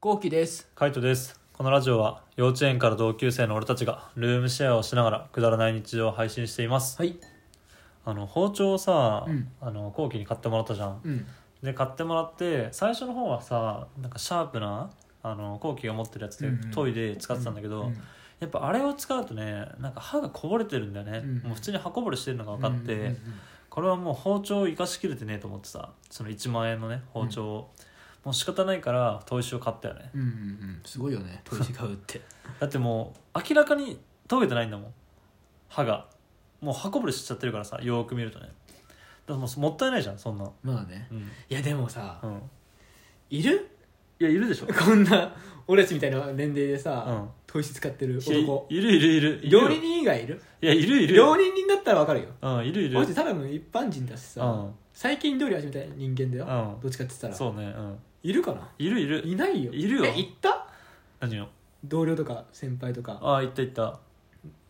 こうきです。カイトですこのラジオは幼稚園から同級生の俺たちがルームシェアをしながらくだらない日常を配信していますはい。あの包丁をさ、うんあの後期に買ってもらったじゃんうん。で買ってもらって最初の方はさなんかシャープなあの後期が持ってるやつでうんうん研いで使ってたんだけど、うんやっぱあれを使うとねなんか歯がこぼれてるんだよね、うんもう普通に歯こぼれしてるのが分かって、うんうんうんこれはもう包丁を生かしきれてねえと思ってさその1万円のね包丁を、もう仕方ないから砥石を買ったよねうんうんうん。すごいよね。砥石買うって。だってもう明らかに研げてないんだもん歯がもう歯こぼれしちゃってるからさよーく見るとねだからもうもったいないじゃんそんな まあね。うん、いやでもさう、ん、いる いやいるでしょこんな、俺たちみたいな年齢でうさん、砥石使ってるいや男。いるいるいるいるよ料理人以外いるいやいるいる料理人だったらわかるよ。うんいるいる俺ってただの一般人だしうさ、ん最近料理始めた人間だよ。うんどっちかって言ったら。そうねうんいるかないるいるいないよ。いるよえ、行った何よ同僚とか先輩とか。ああ行った行った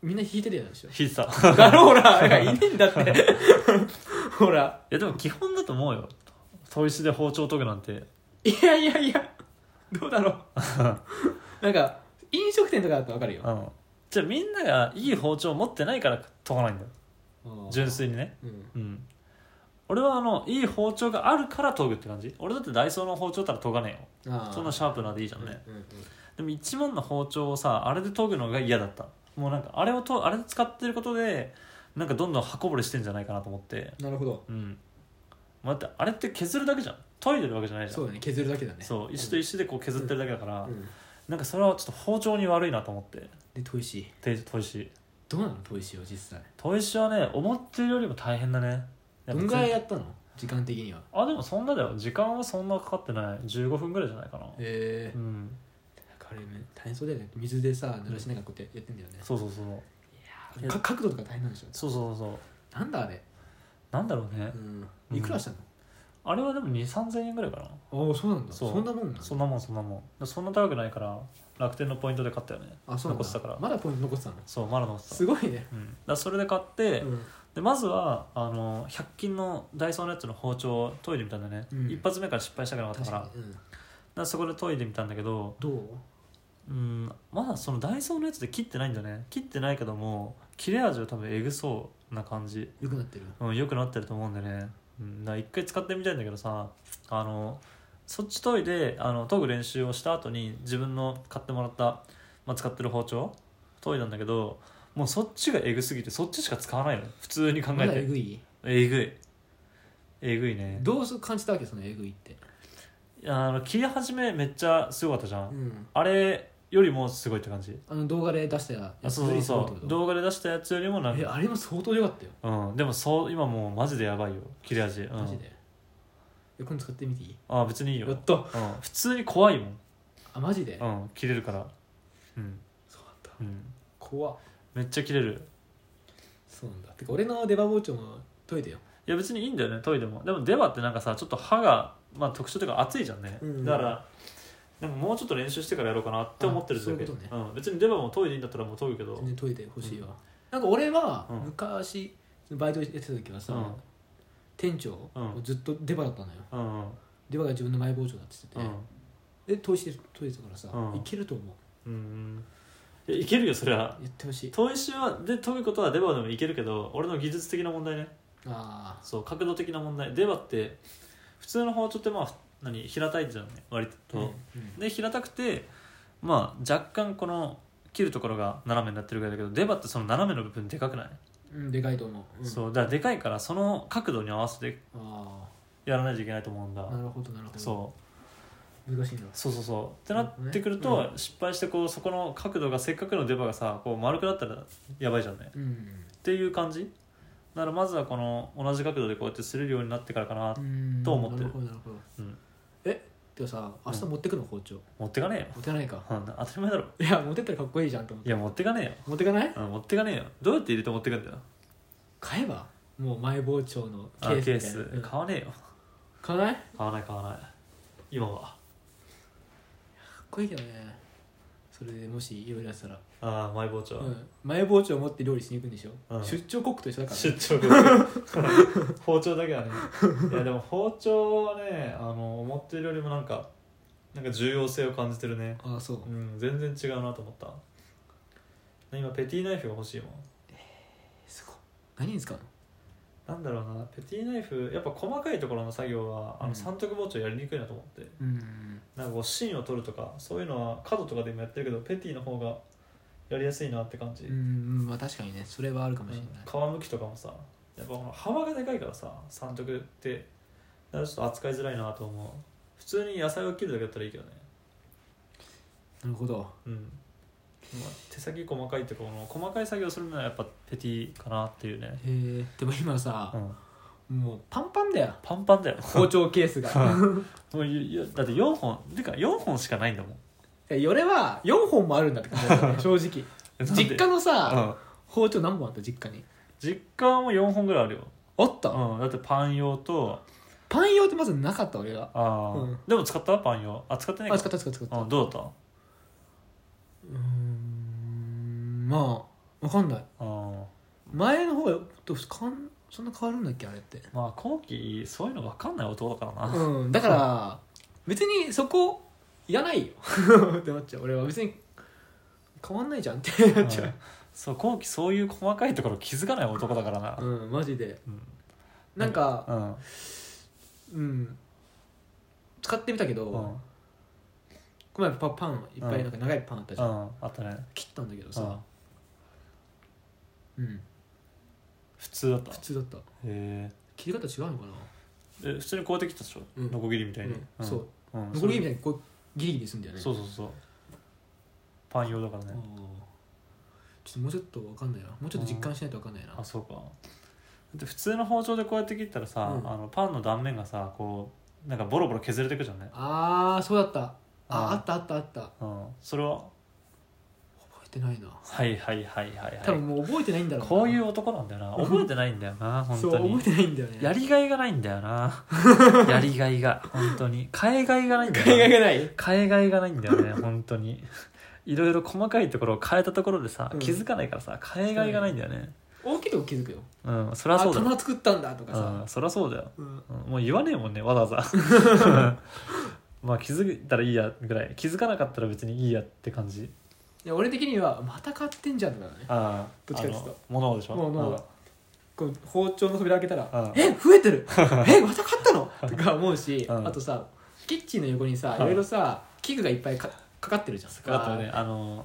みんな引いてるやつで しょ。引いてたい だろうな、なんかいねえんだって。ほら。やでも基本だと思うよ砥石で包丁研ぐなんていやいやいやどうだろ うなんか飲食店とかだったら分かるようんじゃあみんながいい包丁を持ってないから研がないんだよ純粋にねうんうん俺はあのいい包丁があるから研ぐって感じ俺だってダイソーの包丁だったら研がねえあよーそんなシャープなんでいいじゃんね、うんうんでも一万の包丁をさあれで研ぐのが嫌だったもうなんかあれをとあれで使ってることでなんかどんどん刃こぼれしてんじゃないかなと思ってなるほどうんまあだってあれって削るだけじゃん研いでるわけじゃないじゃんそうだね削るだけだねそう石と石でこう削ってるだけだから、うんなんかそれはちょっと包丁に悪いなと思ってで砥石て砥石どうなの砥石を実際砥石はね思ってるよりも大変だねやっぱどんぐらいやったの時間的にはあでもそんなだよ時間はそんなかかってない15分ぐらいじゃないかなええうん軽め大変そうだよね水でさ濡らしながらこうやってやってんだよねそうそうそういやか角度とか大変なんでしょそうそうそうなんだあれなんだろうねうんうんいくらしたのあれはでも2 3千円ぐらいかああそうなんだそうそんなもんななのそんなもんそんなもんそんな高くないから楽天のポイントで買ったよねあそうなん残ってたからだまだポイント残ってたのそうマラノスすごいねうん、だからそれで買って、うんでまずはあの100均のダイソーのやつの包丁を研いでみたんだよね、うん一発目から失敗したくなかった確からかにうんだからそこで研いでみたんだけどどううんまだそのダイソーのやつで切ってないんだよね切ってないけども切れ味は多分えぐそうな感じ良くなってるうん、良くなってると思うんでね、うん、だから一回使ってみたいんだけどさあのそっち研いであの研ぐ練習をした後に自分の買ってもらった、まあ、使ってる包丁研いだんだけどもうそっちがエグすぎてそっちしか使わないの普通に考まえだえてぐいえぐいえぐいねどう感じたわけそのえぐいっていやあの切り始めめっちゃすごかったじゃん、うんあれよりもすごいって感じあの動画で出したやあそうそうそうう動画で出したやつよりもなんえか、あれも相当良かったようん、でもそう今もうマジでやばいよ切れ味、うん、マジでえ今度使ってみていいあ別にいいよやっとうん、普通に怖いもんあマジでうん切れるからうん、そうなんだうん、怖っめっちゃ切れるそうなんだてか俺の出刃包丁も研いでよいや別にいいんだよね研いでもでもデバってなんかさちょっと歯が、まあ、特殊というか熱いじゃんね、うんだからなんかもうちょっと練習してからやろうかなって思ってるだけあそういうことねん、別にデバも研いでいいんだったらもう研ぐけど全然研いでほしいわなんか俺はうん昔バイトやってた時はうさん店長うんずっと出刃だったのようんうん出刃が自分の前包丁だってう言ってんてで研いで研いでたからさうんいけると思ううんいやいけるよそれはやってほしい研石はで研ぐことはデバでもいけるけど俺の技術的な問題ねああそう角度的な問題デバって普通の包丁ってまあ何平たいじゃんね割と、で平たくてまあ若干この切るところが斜めになってるぐらいだけどデバってその斜めの部分でかくない、うんでかいと思ううんそうだからでかいからその角度に合わせてあやらないといけないと思うんだあなるほどなるほどそうう難しいんだそうそうそうってなってくるなるほと失敗してこうそこの角度がせっかくのデバがさこう丸くなったらやばいじゃんねうんっていう感じだからまずはこの同じ角度でこうやって擦れるようになってからかな、うんと思ってなるるほどなるほどうん、えてかさ明日持ってくの包丁持ってかねえよ持てないかうん当たり前だろいや持ってったらかっこいいじゃんと思っいてや持ってかねえよ持ってかないうん持ってかねえよどうやって入れて持ってくんだよ買えばもう前包丁のケあケースーみたいスなうん買わねえよ買わないか買わない買わない今はっこいいけどねそれでもしいろいろやってたらああマイ包丁、うん前包丁持って料理しに行くんでしうょん出張コックと一緒だから出ね張 包丁だけはねいやでも包丁はねあの思ってるよりもなんかなんか重要性を感じてるねああそううん全然違うなと思った今ペティナイフが欲しいもんすごい何に使うのなんだろうなペティナイフやっぱ細かいところの作業はあうのん三徳包丁やりにくいなと思って、うんなんかこう芯を取るとかそういうのは角とかでもやってるけどペティの方がやりやすいなって感じ、うんうんまあ確かにねそれはあるかもしれない、皮むきとかもさやっぱこの幅がでかいからさ三徳ってだからちょっと扱いづらいなと思う普通に野菜を切るだけだったらいいけどねなるほどうん、まあ、手先細かいってこの細かい作業するのはやっぱペティかなっていうね、へえでも今さう、ん、もうパンパンだよパンパンだよ 包丁ケースがもういやだって4本てか4本しかないんだもんで俺は4本もあるんだって感じだった ね正直えなんで実家のさ、うん包丁何本あった実家に実家も4本ぐらいあるよ、あった、うん、だってパン用とパン用ってまずなかった俺があー、うんでも使ったパン用あ使ってないかあ使った使った使ったうん、どうだっうーんまあわかんないたうん前の方がどうしかんそんな変わるんだっけあれってまあ後期そういうの分かんない男だからな、うんだから別にそこいらないよ ってなっちゃう俺は別に変わんないじゃんって なっちゃうそう後期そういう細かいところ気づかない男だからなうん、マジでうんなんかうんうん使ってみたけど、うんこの前パパンいっぱいなんか長いパンあったじうゃん、んあったね切ったんだけどうんさ、うん、普通だったへ普通だったえ切り方違うのかな、え普通にこうやってきたでしょうんノコギリみたういにんそううん残りみたいたいにこうギリギリするんだよねそうそうそうパン用だからあーねちょっともうちょっと分かんないなもうちょっと実感しないと分かんないなあそうかだって普通の包丁でこうやって切ったらさうんあのパンの断面がさこうなんかボロボロ削れてくじゃんねああそうだったああーあったあったあったうんそれは覚えてないなはいはいはいはい多はい分もう覚えてないんだろうなこういう男なんだよな覚えてないんだよな本そう当に覚えてないんだよねやりがいがないんだ よなやりがいが本当に変えがいがないんだよ海外ながない変えがいがないんだよね本当にいろいろ細かいところを変えたところでさ、うん気づかないからさ変えがいがないんだよね大きいとこ気づくようんそりゃあそうだ棚作ったんだとかよ、うさん、そりゃそうだよ、うんうんもう言わねえもんねわざわざ まあ気づいたらいいやぐらい気づかなかったら別にいいやって感じいや俺的にはまた買ってんじゃんだからねああどっちかっていうと物をでしょもうもうんうこう包丁の扉開けたら「うえ増えて るえまた買ったの?」とか思うしうんあとさキッチンの横にさうんいろいろさ器具がいっぱいかかかってるじゃんそっかあとねあの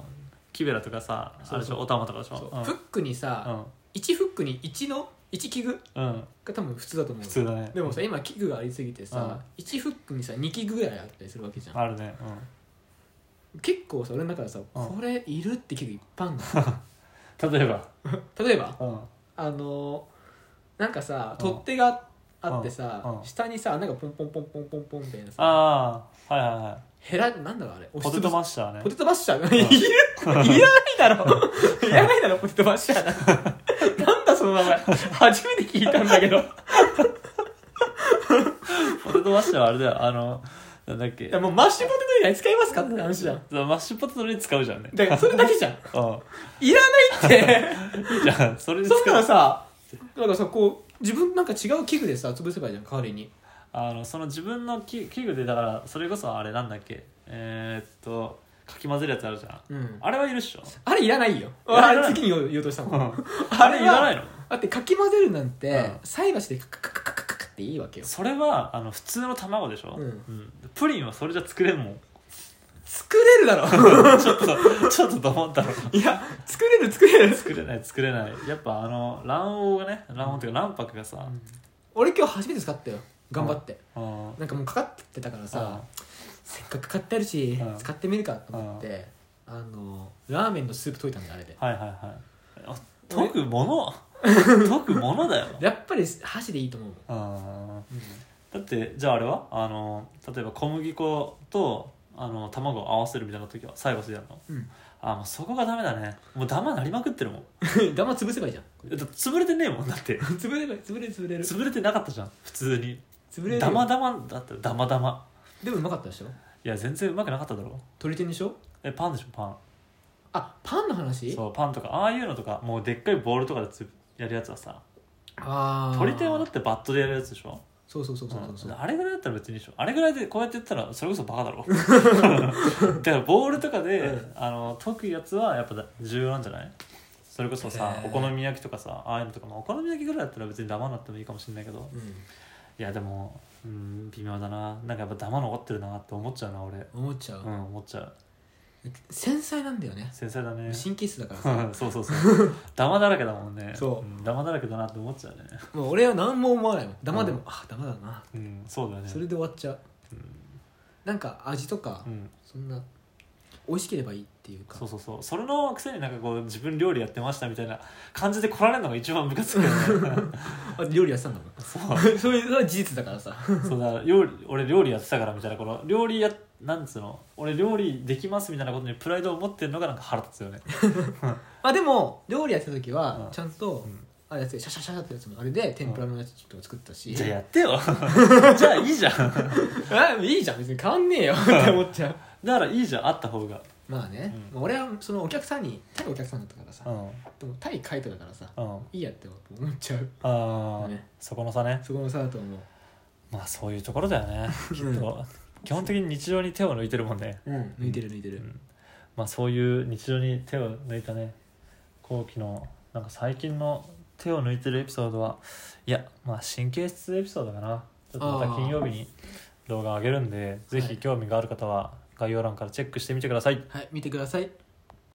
木べらとかさあれでしそうょお玉とかでしょそううんフックにさ1フックに1の1器具うん、うん、が多分普通だと思う普通だねでもさ今器具がありすぎてさ1フックにさ2器具ぐらいあったりするわけじゃんあるねうん結構さ俺の中でさこれいるって器具いっぱいあんの例えば、例えばうん、あのーなんかさうん取っ手があってさうん下にさなんかポンポンポンポンポンポンみたいなさああはいはいはヘラなんだろうあれい押ポしテつぶトすマッシャーねポテトバッシャーいるいらないだろいらないだろポテトバッシャーなんてなんだその名前初めて聞いたんだけどポテトマッシュはあれだよあのなんだっけいやもうマッシュポテト以外使いますかって話じゃんそうマッシュポテトに使うじゃんねだからそれだけじゃんういらないってんいいじゃんそれでそんな使らうさなんかさこう自分なんか違う器具でさ潰せばいいじゃん代わりにあのその自分の器器具でだからそれこそあれなんだっけえー、っとかき混ぜるやつあるじゃんうんあれはいるっしょあれいらないよいらなあいれ次に言おう言おうとしたもんあれいらないいのだってかき混ぜるなんうてん菜箸でカカカカカカカっていいわけよそれはあの普通の卵でしょ、うんプリンはそれじゃ作れんもん作れるだろちょっとちょっとと思ったろいや作れる作れる作れない作れないやっぱあの卵黄がね卵黄っていうか卵白がさ、俺今日初めて使ったよ頑張ってうんなんかもうかかってたからさせっかく買ってあるしうん使ってみるかと思ってあのラーメンのスープ溶いたんだよあれではいはいはいあ解くもの解くものだよやっぱり箸でいいと思うもんあうんーだってじゃああれはあの例えば小麦粉とあの卵を合わせるみたいな時は最後するやるのうんあーもうそこがダメだねもうダマなりまくってるもんダマ潰せばいいじゃん だって潰れてねえもんだって潰れば潰れる潰れる潰れてなかったじゃん普通に潰れるダマダマだったらダマダマでもうまかったでしょいや全然うまくなかっただろ鶏天でしょえパンでしょパンあパンの話そうパンとかああいうのとかもうでっかいボールとかでつやるやつはさああ鳥天はだってバットでやるやつでしょそうそうそうそうそうそうあれぐらいだったら別にいいでしょあれぐらいでこうやってやったらそれこそバ カだろだからボールとかで、うんあの解くやつはやっぱだ重要なんじゃないそれこそさ、へーお好み焼きとかさああいうのとかもお好み焼きぐらいだったら別にダマになってもいいかもしれないけどうんいやでもうん微妙だななんかやっぱダマ残ってるなって思っちゃうな俺思っちゃう、うん思っちゃう繊細なんだよね繊細だね神経質だからさそうそうそうダマだらけだもんねそうんダマだらけだなって思っちゃうねもう俺は何も思わないもんダマでも、うんあダマだなうんそうだよねそれで終わっちゃううんなんか味とか、うんそんな美味しければいいっていうかそうそうそうそれのくせになんかこう自分料理やってましたみたいな感じで来られるのが一番ムカつくよね あ料理やってたんだも そうんそういうのは事実だからさそうだ料理俺料理やってたからみたいなこの料理やなんつうの俺料理できますみたいなことにプライドを持ってるのがなんか腹立つよね、あでも料理やってた時うはんちゃんと、うんあれやつシャシャシャシャってやつもあれで天ぷらのやつとか作ったし、じゃあやってよ じゃあいいじゃんあいいじゃん別に変わんねえよって思っ ちゃうだからいいじゃんあった方がまあね、うんまあ俺はそのお客さんに対お客さんだったからさ、うんうんでも対カイトだからさあいいやって思っちゃうあー、ねそこの差ねそこの差だと思うまあそういうところだよ ねきうんっと基本的に日常に手を抜いてるもんねうん抜いてる抜いてる、うんまあそういう日常に手を抜いたね後期のなんか最近の手を抜いてるエピソードはいやまあ神経質エピソードかなちょっとまあたー金曜日に動画上げるんでぜはひい興味がある方は概要欄からチェックしてみてください、はい見てください